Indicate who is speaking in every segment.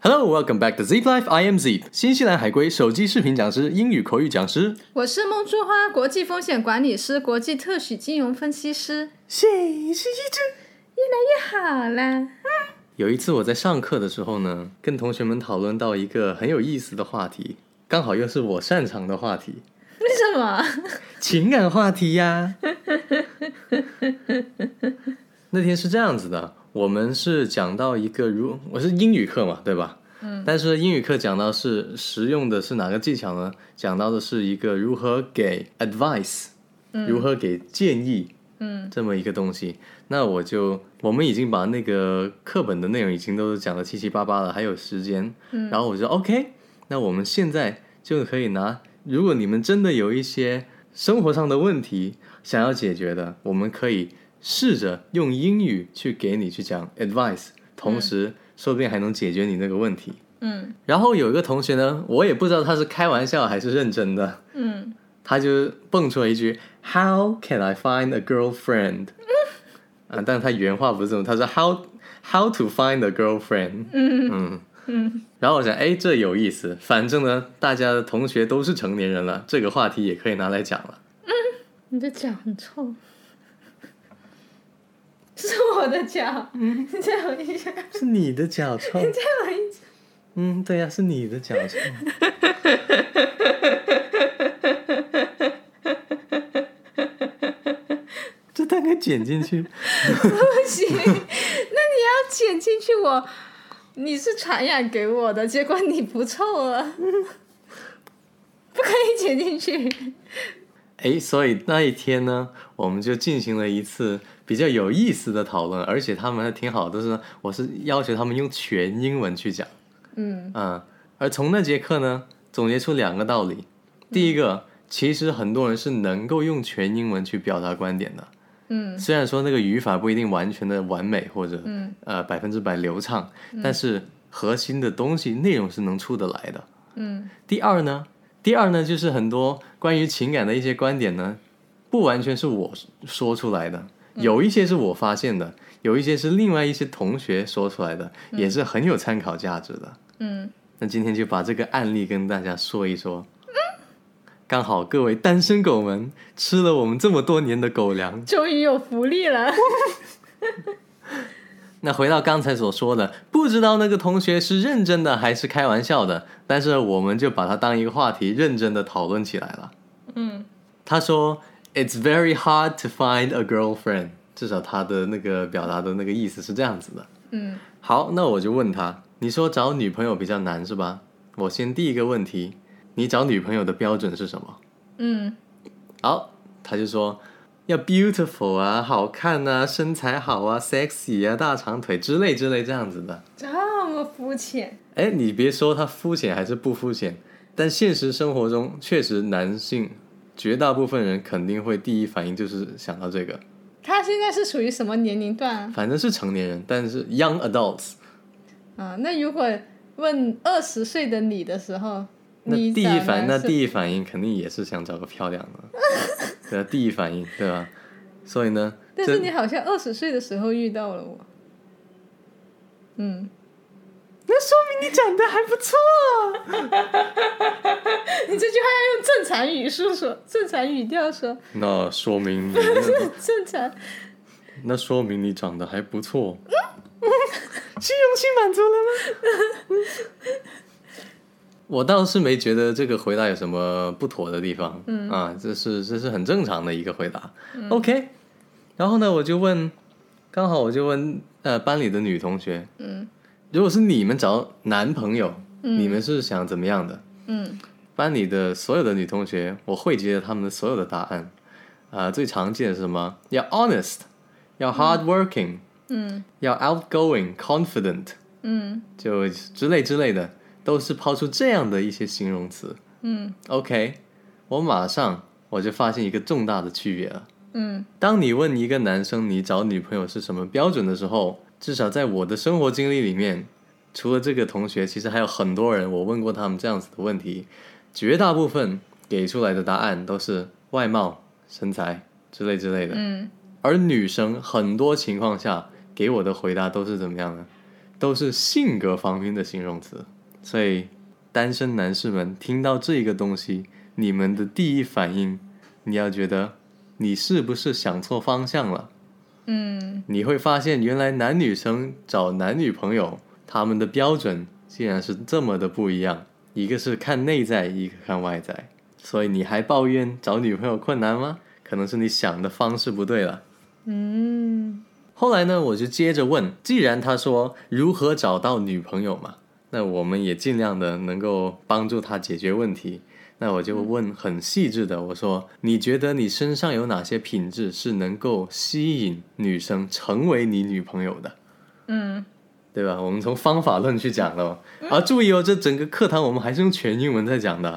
Speaker 1: Hello, welcome back to Zip Life. I am Zip，新西兰海龟手机视频讲师、英语口语讲师。
Speaker 2: 我是梦珠花国际风险管理师、国际特许金融分析师，
Speaker 1: 谁是一只？
Speaker 2: 越来越好啦！
Speaker 1: 有一次我在上课的时候呢，跟同学们讨论到一个很有意思的话题，刚好又是我擅长的话题
Speaker 2: 为什么？
Speaker 1: ——情感话题呀。那天是这样子的，我们是讲到一个如我是英语课嘛，对吧？嗯。但是英语课讲到是实用的是哪个技巧呢？讲到的是一个如何给 advice，、如何给建议。
Speaker 2: 嗯，
Speaker 1: 这么一个东西。那我就我们已经把那个课本的内容已经都讲的七七八八了，还有时间。嗯、然后我就 OK，那我们现在就可以拿，如果你们真的有一些生活上的问题想要解决的，我们可以试着用英语去给你去讲 advice，同时说不定还能解决你那个问题。
Speaker 2: 嗯
Speaker 1: 然后有一个同学呢，我也不知道他是开玩笑还是认真的，
Speaker 2: 嗯，
Speaker 1: 他就蹦出了一句 “How can I find a girlfriend？” 啊，但他原话不是这么，他说 “How how to find a girlfriend？” 嗯嗯然后我想，哎，这有意思。反正呢，大家的同学都是成年人了，这个话题也可以拿来讲了。
Speaker 2: 你的脚很臭，是我的脚，你再闻一下，你
Speaker 1: 是你的脚臭，
Speaker 2: 再闻一下，
Speaker 1: 嗯，对呀、是你的脚 臭。这大概剪进去。
Speaker 2: 不行，那你要剪进去我。你是传染给我的，结果你不臭了，不可以剪进去。
Speaker 1: 诶，哎所以那一天呢，我们就进行了一次比较有意思的讨论，而且他们还挺好的是呢，我是要求他们用全英文去讲，
Speaker 2: 嗯
Speaker 1: 嗯，而从那节课呢，总结出两个道理，第一个，其实很多人是能够用全英文去表达观点的，
Speaker 2: 嗯
Speaker 1: 虽然说那个语法不一定完全的完美或者
Speaker 2: 嗯
Speaker 1: 呃百分之百流畅，但是核心的东西内容是能出得来的，
Speaker 2: 嗯
Speaker 1: 第二呢，第二呢，就是很多关于情感的一些观点呢，不完全是我说出来的，
Speaker 2: 嗯
Speaker 1: 有一些是我发现的，有一些是另外一些同学说出来的，也是很有参考价值的。
Speaker 2: 嗯，
Speaker 1: 那今天就把这个案例跟大家说一说。
Speaker 2: 嗯
Speaker 1: 刚好各位单身狗们吃了我们这么多年的狗粮，
Speaker 2: 终于有福利了。
Speaker 1: 那回到刚才所说的，不知道那个同学是认真的还是开玩笑的，但是我们就把它当一个话题认真的讨论起来了。
Speaker 2: 嗯，
Speaker 1: 他说：“It's very hard to find a girlfriend。”至少他的那个表达的那个意思是这样子的。
Speaker 2: 嗯
Speaker 1: 好，那我就问他：“你说找女朋友比较难是吧？”我先第一个问题，你找女朋友的标准是什么？
Speaker 2: 嗯
Speaker 1: 好，他就说要 beautiful 啊，好看啊，身材好啊，sexy 啊，大长腿之类之类这样子的。
Speaker 2: 这么肤浅。
Speaker 1: 哎，你别说他肤浅还是不肤浅，但现实生活中确实男性绝大部分人肯定会第一反应就是想到这个，
Speaker 2: 他现在是属于什么年龄段啊？
Speaker 1: 反正是成年人，但是 young adults，
Speaker 2: 啊，那如果问二十岁的你的时候，
Speaker 1: 那
Speaker 2: 你
Speaker 1: 第一
Speaker 2: 找
Speaker 1: 反
Speaker 2: 男
Speaker 1: 那
Speaker 2: 生
Speaker 1: 第一反应肯定也是想找个漂亮的，对啊，第一反应对吧？所以呢，
Speaker 2: 但是
Speaker 1: 这
Speaker 2: 你好像二十岁的时候遇到了我。嗯，
Speaker 1: 那说明你长得还不错。
Speaker 2: 你这句话要用正常语速说，正常语调说，
Speaker 1: 那说明你
Speaker 2: 正常。
Speaker 1: 那说明你长得还不 错。虚荣心满足了吗？ 我倒是没觉得这个回答有什么不妥的地方，嗯啊，这是这是很正常的一个回答。OK，然后呢，我就问，刚好我就问呃班里的女同学，
Speaker 2: 嗯
Speaker 1: 如果是你们找男朋友，
Speaker 2: 嗯
Speaker 1: 你们是想怎么样的？
Speaker 2: 嗯
Speaker 1: 班里的所有的女同学，我汇集了她们的所有的答案。啊、最常见的是什么？要 honest，要 hardworking，、
Speaker 2: 嗯
Speaker 1: 要 outgoing，confident，
Speaker 2: 嗯
Speaker 1: 就之类之类的，都是抛出这样的一些形容词。
Speaker 2: 嗯
Speaker 1: OK，我马上我就发现一个重大的区别了。
Speaker 2: 嗯
Speaker 1: 当你问一个男生你找女朋友是什么标准的时候，至少在我的生活经历里面，除了这个同学，其实还有很多人我问过他们这样子的问题，绝大部分给出来的答案都是外貌、身材之类之类的。
Speaker 2: 嗯
Speaker 1: 而女生很多情况下给我的回答都是怎么样呢？都是性格方面的形容词，所以单身男士们听到这个东西，你们的第一反应，你要觉得你是不是想错方向了？
Speaker 2: 嗯，
Speaker 1: 你会发现原来男女生找男女朋友，他们的标准竟然是这么的不一样，一个是看内在，一个看外在。所以你还抱怨找女朋友困难吗？可能是你想的方式不对了。
Speaker 2: 嗯，
Speaker 1: 后来呢，我就接着问，既然他说如何找到女朋友嘛，那我们也尽量的能够帮助他解决问题。那我就问很细致的，我说你觉得你身上有哪些品质是能够吸引女生成为你女朋友的？
Speaker 2: 嗯，
Speaker 1: 对吧？我们从方法论去讲喽。啊，注意哦，这整个课堂我们还是用全英文在讲的，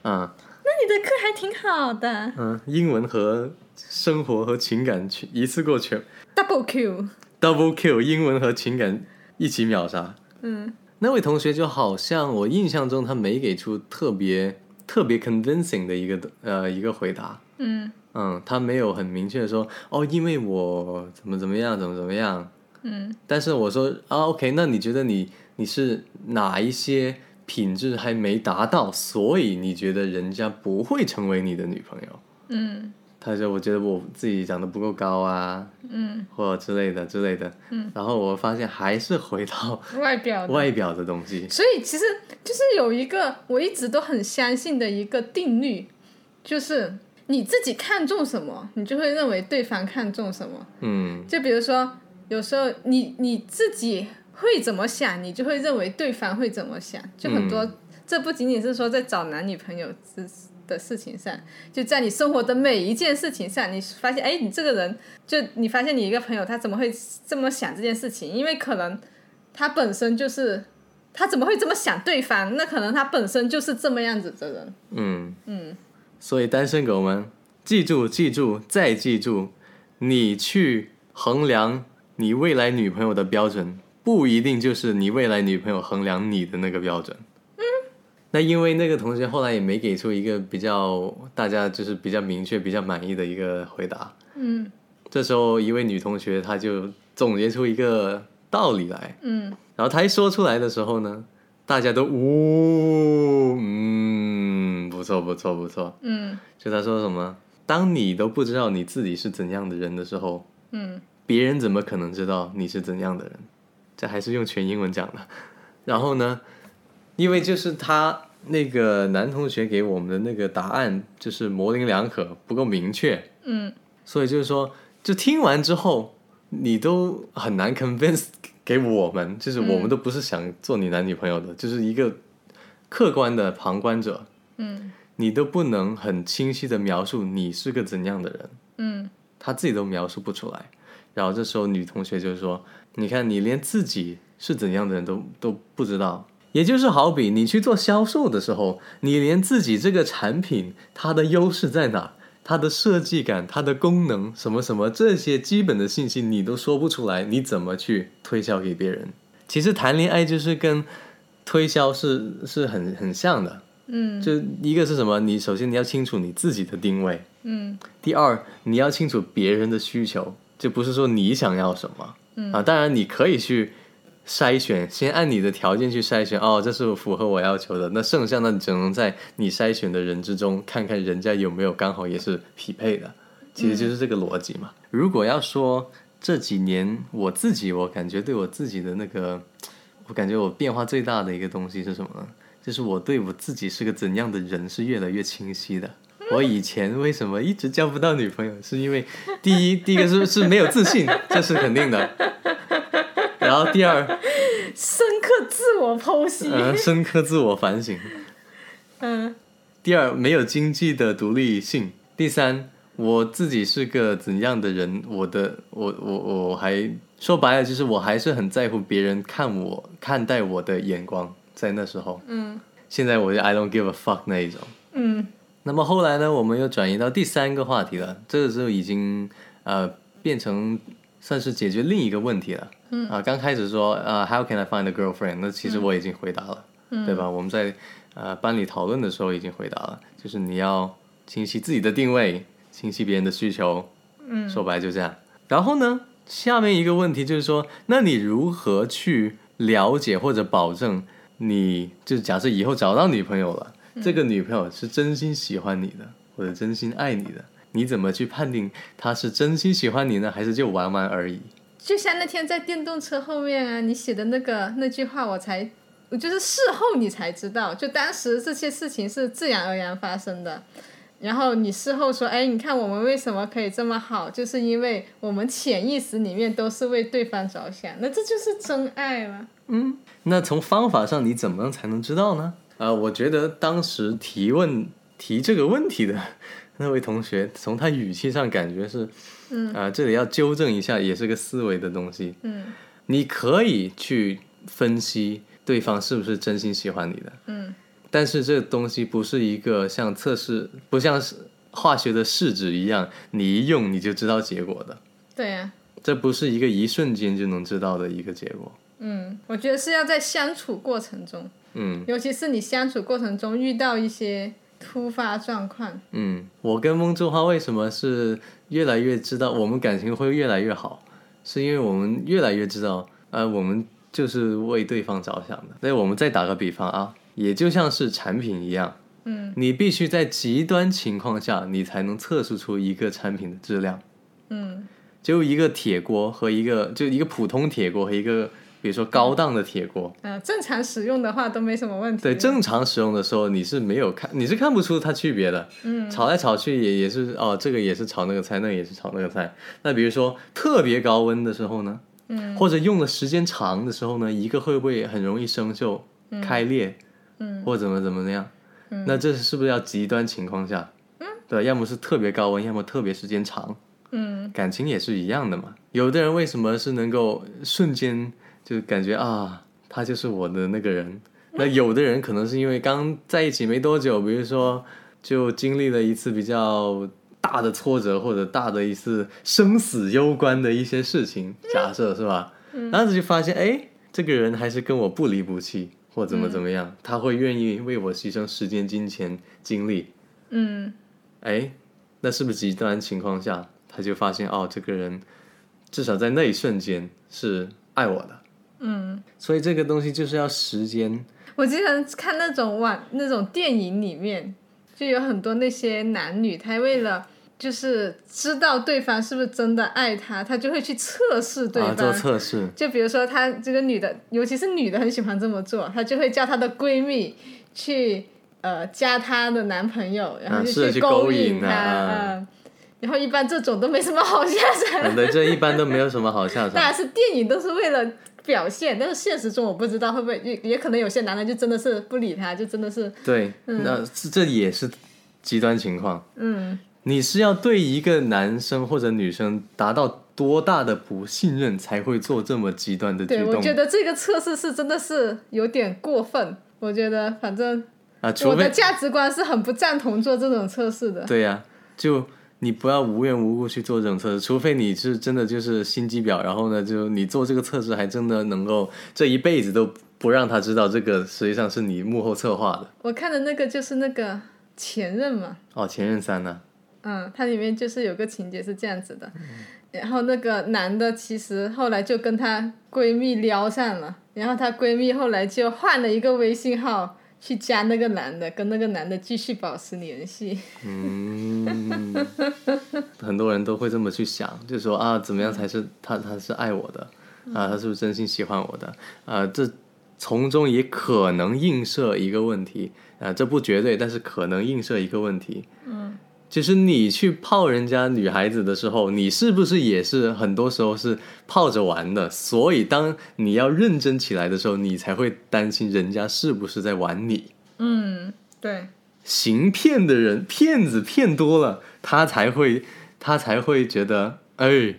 Speaker 1: 啊，
Speaker 2: 那你的课还挺好的
Speaker 1: 嗯，英文和生活和情感全一次过全
Speaker 2: ，Double Q，
Speaker 1: double kill，英文和情感一起秒杀。
Speaker 2: 嗯
Speaker 1: 那位同学就好像我印象中他没给出特别特别 convincing 的一个呃一个回答，
Speaker 2: 嗯
Speaker 1: 嗯，他没有很明确的说哦，因为我怎么怎么样，怎么怎么样。
Speaker 2: 嗯
Speaker 1: 但是我说啊，OK，那你觉得你你是哪一些品质还没达到，所以你觉得人家不会成为你的女朋友？
Speaker 2: 嗯
Speaker 1: 他说我觉得我自己长得不够高啊，
Speaker 2: 嗯，
Speaker 1: 或之类的之类的。
Speaker 2: 嗯，
Speaker 1: 然后我发现还是回到
Speaker 2: 外表的。
Speaker 1: 外表的东西。
Speaker 2: 所以其实就是有一个我一直都很相信的一个定律，就是你自己看重什么，你就会认为对方看重什么。
Speaker 1: 嗯
Speaker 2: 就比如说，有时候你你自己会怎么想，你就会认为对方会怎么想。就很多，这不仅仅是说在找男女朋友之的事情上，就在你生活的每一件事情上，你发现，哎，你这个人，就你发现你一个朋友他怎么会这么想这件事情，因为可能他本身就是。他怎么会这么想对方？那可能他本身就是这么样子的人。
Speaker 1: 嗯
Speaker 2: 嗯，
Speaker 1: 所以单身狗们，记住记住再记住，你去衡量你未来女朋友的标准，不一定就是你未来女朋友衡量你的那个标准。那因为那个同学后来也没给出一个比较大家就是比较明确、比较满意的一个回答，
Speaker 2: 嗯
Speaker 1: 这时候，一位女同学她就总结出一个道理来，
Speaker 2: 嗯
Speaker 1: 然后她一说出来的时候呢，大家都呜、嗯，不错不错不错。
Speaker 2: 嗯
Speaker 1: 就她说什么，当你都不知道你自己是怎样的人的时候，
Speaker 2: 嗯
Speaker 1: 别人怎么可能知道你是怎样的人？这还是用全英文讲的。然后呢，因为就是他那个男同学给我们的那个答案就是模棱两可，不够明确。
Speaker 2: 嗯
Speaker 1: 所以就是说，就听完之后，你都很难 convince 给我们，就是我们都不是想做你男女朋友的，就是一个客观的旁观者，
Speaker 2: 嗯
Speaker 1: 你都不能很清晰的描述你是个怎样的人，
Speaker 2: 嗯
Speaker 1: 他自己都描述不出来。然后这时候女同学就说：“你看，你连自己是怎样的人都都不知道。”也就是好比你去做销售的时候，你连自己这个产品它的优势在哪，它的设计感、它的功能什么什么这些基本的信息你都说不出来，你怎么去推销给别人？其实谈恋爱就是跟推销是是很很像的，
Speaker 2: 嗯
Speaker 1: 就一个是什么？你首先你要清楚你自己的定位，
Speaker 2: 嗯
Speaker 1: 第二，你要清楚别人的需求，就不是说你想要什么、
Speaker 2: 嗯
Speaker 1: 啊。当然，你可以去筛选，先按你的条件去筛选。哦，这是符合我要求的。那剩下那只能在你筛选的人之中，看看人家有没有刚好也是匹配的。其实就是这个逻辑嘛。如果要说这几年我自己，我感觉对我自己的那个，我感觉我变化最大的一个东西是什么呢？就是我对我自己是个怎样的人是越来越清晰的。我以前为什么一直交不到女朋友，是因为第一，第一个是是没有自信，这是肯定的。然后第二，
Speaker 2: 深刻自我剖析。
Speaker 1: 呃，深刻自我反省。
Speaker 2: 嗯
Speaker 1: 第二，没有经济的独立性；第三，我自己是个怎样的人，我的我我我还说白了，就是我还是很在乎别人看我看待我的眼光，在那时候，
Speaker 2: 嗯
Speaker 1: 现在我就 I don't give a fuck 那一种。
Speaker 2: 嗯
Speaker 1: 那么后来呢，我们又转移到第三个话题了，这个时候已经呃变成算是解决另一个问题了。嗯啊、刚开始说呃 How can I find a girlfriend？那其实
Speaker 2: 嗯
Speaker 1: 我已经回答了，对吧？我们在呃班里讨论的时候已经回答了，就是你要清晰自己的定位，清晰别人的需求，
Speaker 2: 嗯，
Speaker 1: 说白就这样。然后呢，下面一个问题就是说，那你如何去了解或者保证你，就假设以后找到女朋友了，这个女朋友是真心喜欢你的，或者真心爱你的，你怎么去判定她是真心喜欢你呢，还是就玩玩而已？
Speaker 2: 就像那天在电动车后面啊，你写的那个那句话，我才，我就是事后你才知道，就当时这些事情是自然而然发生的。然后你事后说，哎，你看我们为什么可以这么好，就是因为我们潜意识里面都是为对方着想，那这就是真爱了。
Speaker 1: 那从方法上，你怎么样才能知道呢？呃，我觉得当时提问提这个问题的那位同学，从他语气上感觉是，嗯，啊、这里要纠正一下，也是个思维的东西。
Speaker 2: 嗯
Speaker 1: 你可以去分析对方是不是真心喜欢你的，
Speaker 2: 嗯
Speaker 1: 但是这东西不是一个像测试，不像是化学的试纸一样，你一用你就知道结果的。
Speaker 2: 对啊呀、
Speaker 1: 这不是一个一瞬间就能知道的一个结果。
Speaker 2: 嗯，我觉得是要在相处过程中，
Speaker 1: 嗯
Speaker 2: 尤其是你相处过程中遇到一些突发状况，
Speaker 1: 嗯，我跟翁志花为什么是越来越知道我们感情会越来越好，是因为我们越来越知道，呃，我们就是为对方着想的。所以我们再打个比方啊，也就像是产品一样，
Speaker 2: 嗯
Speaker 1: 你必须在极端情况下，你才能测试出一个产品的质量。
Speaker 2: 嗯
Speaker 1: 就一个铁锅和一个就一个普通铁锅和一个比如说高档的铁锅，
Speaker 2: 呃，正常使用的话都没什么问题。
Speaker 1: 对正常使用的时候你是没有看你是看不出它区别的，
Speaker 2: 嗯
Speaker 1: 炒来炒去也也是哦，这个也是炒那个菜，那个也是炒那个菜。那比如说特别高温的时候呢，
Speaker 2: 嗯
Speaker 1: 或者用的时间长的时候呢，一个会不会很容易生锈、开裂，
Speaker 2: 嗯
Speaker 1: 或怎么怎么样？那这是不是要极端情况下？对，要么是特别高温，要么特别时间长。
Speaker 2: 嗯
Speaker 1: 感情也是一样的嘛。有的人为什么是能够瞬间就感觉啊，他就是我的那个人？那有的人可能是因为刚在一起没多久，比如说就经历了一次比较大的挫折，或者大的一次生死攸关的一些事情，
Speaker 2: 嗯
Speaker 1: 假设是吧？然后就发现，哎，这个人还是跟我不离不弃，或怎么
Speaker 2: 嗯
Speaker 1: 怎么样，他会愿意为我牺牲时间、金钱、精力，
Speaker 2: 嗯
Speaker 1: 哎，那是不是极端情况下，他就发现哦，这个人至少在那一瞬间是爱我的。
Speaker 2: 嗯，
Speaker 1: 所以这个东西就是要时间，
Speaker 2: 我经常看那种网那种电影里面，就有很多那些男女，他为了就是知道对方是不是真的爱他，他就会去测试对
Speaker 1: 啊，
Speaker 2: 方。
Speaker 1: 做测 试。
Speaker 2: 就比如说，她这个女的，尤其是女的，很喜欢这么做，她就会叫她的闺蜜去呃加她的男朋友，然后
Speaker 1: 啊是
Speaker 2: 就
Speaker 1: 去
Speaker 2: 勾
Speaker 1: 勾引
Speaker 2: 他，
Speaker 1: 她啊
Speaker 2: 嗯，然后一般这种都没什么好下场。
Speaker 1: 嗯，对，这一般都没有什么好下
Speaker 2: 当然
Speaker 1: 场。
Speaker 2: 是电影都是为了表现，但是现实中我不知道会不会也也可能有些男的就真的是不理她，就真的是
Speaker 1: 对，那这这也是极端情况。
Speaker 2: 嗯
Speaker 1: 你是要对一个男生或者女生达到多大的不信任，才会做这么极端的举
Speaker 2: 对，我
Speaker 1: 动
Speaker 2: 觉得这个测试是真的是有点过分。我觉得反正
Speaker 1: 啊？除
Speaker 2: 我的
Speaker 1: 非
Speaker 2: 价值观是很不赞同做这种测试 的。
Speaker 1: 对呀、就你不要无缘无故去做这种测试，除非你是真的就是心机婊，然后呢，就你做这个测试还真的能够这一辈子都不让他知道这个实际上是你幕后策划的。
Speaker 2: 我看的那个就是那个前任嘛，
Speaker 1: 哦，前任三呢、
Speaker 2: 嗯，它里面就是有个情节是这样子的，然后那个男的其实后来就跟她闺蜜撩上了，然后她闺蜜后来就换了一个微信号去加那个男的，跟那个男的继续保持联系。
Speaker 1: 嗯，很多人都会这么去想，就说啊，怎么样才是他他是爱我的啊，他是不是真心喜欢我的啊？这从中也可能映射一个问题啊，这不绝对，但是可能映射一个问题。嗯，就是你去泡人家女孩子的时候，你是不是也是很多时候是泡着玩的？所以当你要认真起来的时候，你才会担心人家是不是在玩你。
Speaker 2: 嗯，对，
Speaker 1: 行骗的人，骗子骗多了，他才会他才会觉得，哎，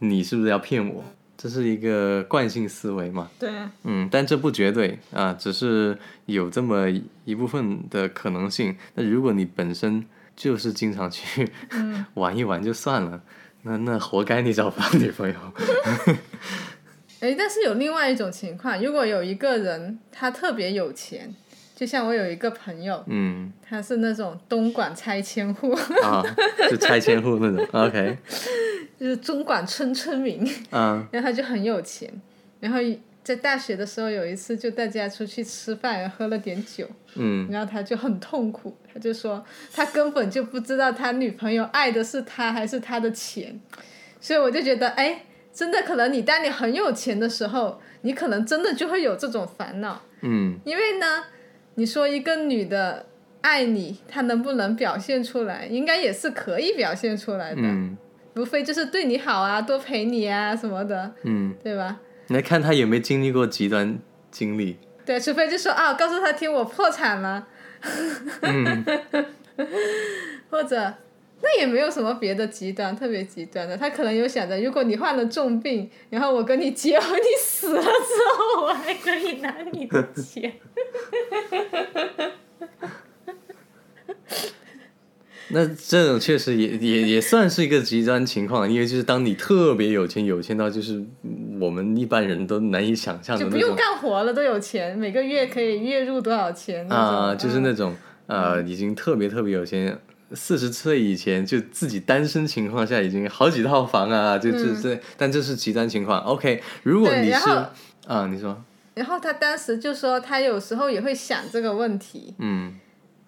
Speaker 1: 你是不是要骗我？这是一个惯性思维嘛，
Speaker 2: 对，
Speaker 1: 嗯，但这不绝对啊，只是有这么一部分的可能性。那如果你本身就是经常去 玩一玩就算了，那那活该你找不到女朋友。
Speaker 2: 诶，哎但是有另外一种情况，如果有一个人他特别有钱，就像我有一个朋友，
Speaker 1: 嗯
Speaker 2: 他是那种东莞拆迁户，
Speaker 1: 啊，就拆迁户那种。OK，
Speaker 2: 就是中管村村民。
Speaker 1: 嗯、啊、
Speaker 2: 然后他就很有钱，然后在大学的时候有一次，就大家出去吃饭，喝了点酒，
Speaker 1: 嗯，
Speaker 2: 然后他就很痛苦，他就说他根本就不知道他女朋友爱的是他还是他的钱，所以我就觉得，哎，真的可能你当你很有钱的时候，你可能真的就会有这种烦恼，
Speaker 1: 嗯，
Speaker 2: 因为呢，你说一个女的爱你，她能不能表现出来，应该也是可以表现出来的，
Speaker 1: 嗯，
Speaker 2: 无非就是对你好啊，多陪你啊什么的，
Speaker 1: 嗯，
Speaker 2: 对吧？
Speaker 1: 你来看他有没有经历过极端经历，
Speaker 2: 对，除非就说啊，告诉他听我破产了，
Speaker 1: 嗯
Speaker 2: 或者那也没有什么别的极端，特别极端的，他可能有想着，如果你患了重病，然后我跟你结婚，你死了之后，我还可以拿你的 钱。
Speaker 1: 那这种确实也也也算是一个极端情况，因为就是当你特别有钱，有钱到就是我们一般人都难以想象的
Speaker 2: 就不
Speaker 1: 啊那种
Speaker 2: 用干活了，都有钱，每个月可以月入多少钱那种嗯
Speaker 1: 啊、就是那种呃，已经特别特别有钱，四十岁以前就自己单身情况下已经好几套房啊，就这这、但这是极端情况。OK，如果
Speaker 2: 嗯对
Speaker 1: 你
Speaker 2: 然
Speaker 1: 是
Speaker 2: 后
Speaker 1: 啊、你说，
Speaker 2: 然后他当时就说，他有时候也会想这个问题，
Speaker 1: 嗯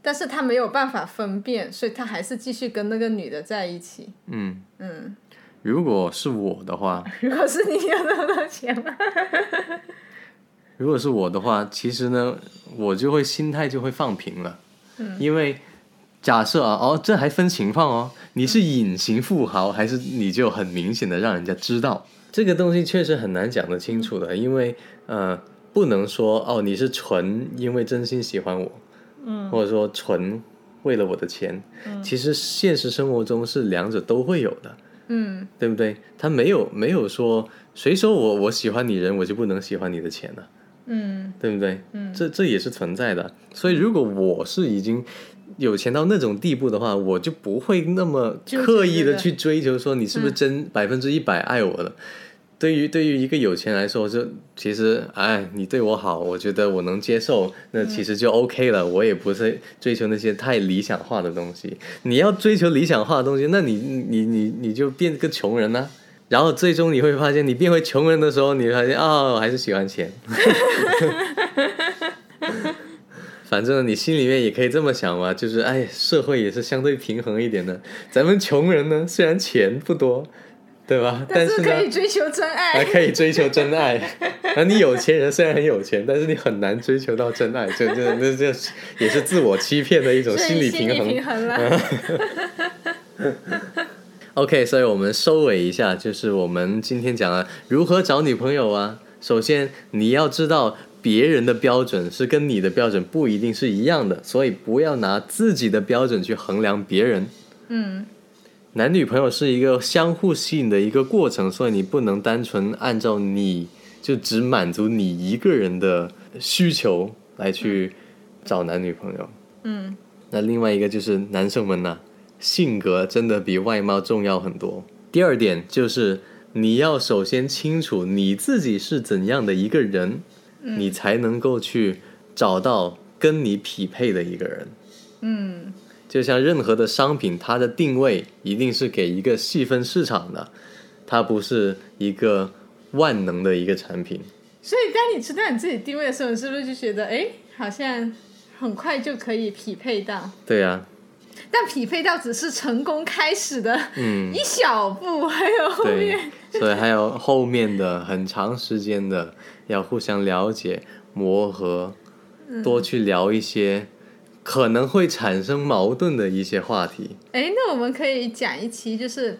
Speaker 2: 但是他没有办法分辨，所以他还是继续跟那个女的在一起。
Speaker 1: 嗯，
Speaker 2: 嗯，
Speaker 1: 如果是我的话，
Speaker 2: 如果是你有那么多钱吗？
Speaker 1: 如果是我的话，其实呢，我就会心态就会放平了，嗯、因为假设啊，哦，这还分情况哦，你是隐形富豪，还是你就很明显的让人家知道，嗯这个东西确实很难讲得清楚的，因为呃，不能说哦，你是纯因为真心喜欢我，嗯，或者说纯为了我的钱，其实现实生活中是两者都会有的，
Speaker 2: 嗯，
Speaker 1: 对不对？他没有没有说谁说我我喜欢你人，我就不能喜欢你的钱呢、
Speaker 2: 嗯
Speaker 1: 对不对？嗯，这这也是存在的。所以如果我是已经有钱到那种地步的话，我就不会那么
Speaker 2: 纠结
Speaker 1: 刻意
Speaker 2: 这
Speaker 1: 的
Speaker 2: 个嗯
Speaker 1: 去追求说你是不是真百分之一百爱我了。对于对于一个有钱来说，就其实哎，你对我好，我觉得我能接受，那
Speaker 2: 嗯
Speaker 1: 其实就 OK 了。我也不是追求那些太理想化的东西。你要追求理想化的东西，那你你你你就变个穷人呢、啊然后最终你会发现，你变回穷人的时候，你会发现啊、我还是喜欢钱。反正你心里面也可以这么想嘛，就是哎，社会也是相对平衡一点的。咱们穷人呢，虽然钱不多，对吧？但
Speaker 2: 但
Speaker 1: 是
Speaker 2: 是可以
Speaker 1: 呢，
Speaker 2: 追求真
Speaker 1: 还
Speaker 2: 爱。
Speaker 1: 可以追求真爱。然后你有钱人虽然很有钱，但是你很难追求到真爱，这这这这是也是自我欺骗的一种
Speaker 2: 所
Speaker 1: 心
Speaker 2: 以
Speaker 1: 理平
Speaker 2: 心理
Speaker 1: 衡。
Speaker 2: 平衡了，
Speaker 1: OK，所以我们收尾一下，就是我们今天讲了如何找女朋友啊。首先，你要知道别人的标准是跟你的标准不一定是一样的，所以不要拿自己的标准去衡量别人。
Speaker 2: 嗯
Speaker 1: 男女朋友是一个相互吸引的一个过程，所以你不能单纯按照你就只满足你一个人的需求来去找男女朋友。
Speaker 2: 嗯，
Speaker 1: 那另外一个就是男生们呐、性格真的比外貌重要很多。第二点就是你要首先清楚你自己是怎样的一个人，你才能够去找到跟你匹配的一个人。
Speaker 2: 嗯
Speaker 1: 就像任何的商品，它的定位一定是给一个细分市场的，它不是一个万能的一个产品。
Speaker 2: 所以当你知道你自己定位的时候，你是不是就觉得，哎，好像很快就可以匹配到？
Speaker 1: 对啊呀、
Speaker 2: 但匹配到只是成功开始的
Speaker 1: 嗯
Speaker 2: 一小步，还有后
Speaker 1: 对
Speaker 2: 面，
Speaker 1: 所以还有后面的很长时间的要互相了解、磨合，
Speaker 2: 嗯
Speaker 1: 多去聊一些可能会产生矛盾的一些话题。
Speaker 2: 哎，那我们可以讲一期，就是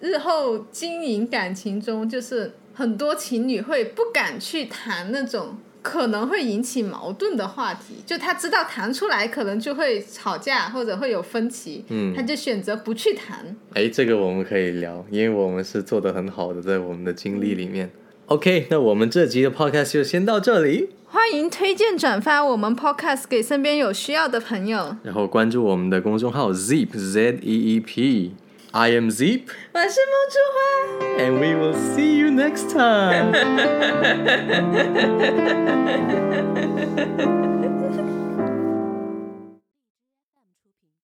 Speaker 2: 日后经营感情中，就是很多情侣会不敢去谈那种可能会引起矛盾的话题，就他知道谈出来可能就会吵架或者会有分歧，
Speaker 1: 嗯
Speaker 2: 他就选择不去谈。
Speaker 1: 哎，这个我们可以聊，因为我们是做的很好的，在我们的经历里
Speaker 2: 嗯
Speaker 1: 面。OK，那我们这集的 podcast 就先到这里，
Speaker 2: 欢迎推荐转发我们 Podcast 给身边有需要的朋友。
Speaker 1: 然后关注我们的公众号 Zeep Z E E P。I am Zeep,
Speaker 2: 我是梦之花，
Speaker 1: and we will see you next time.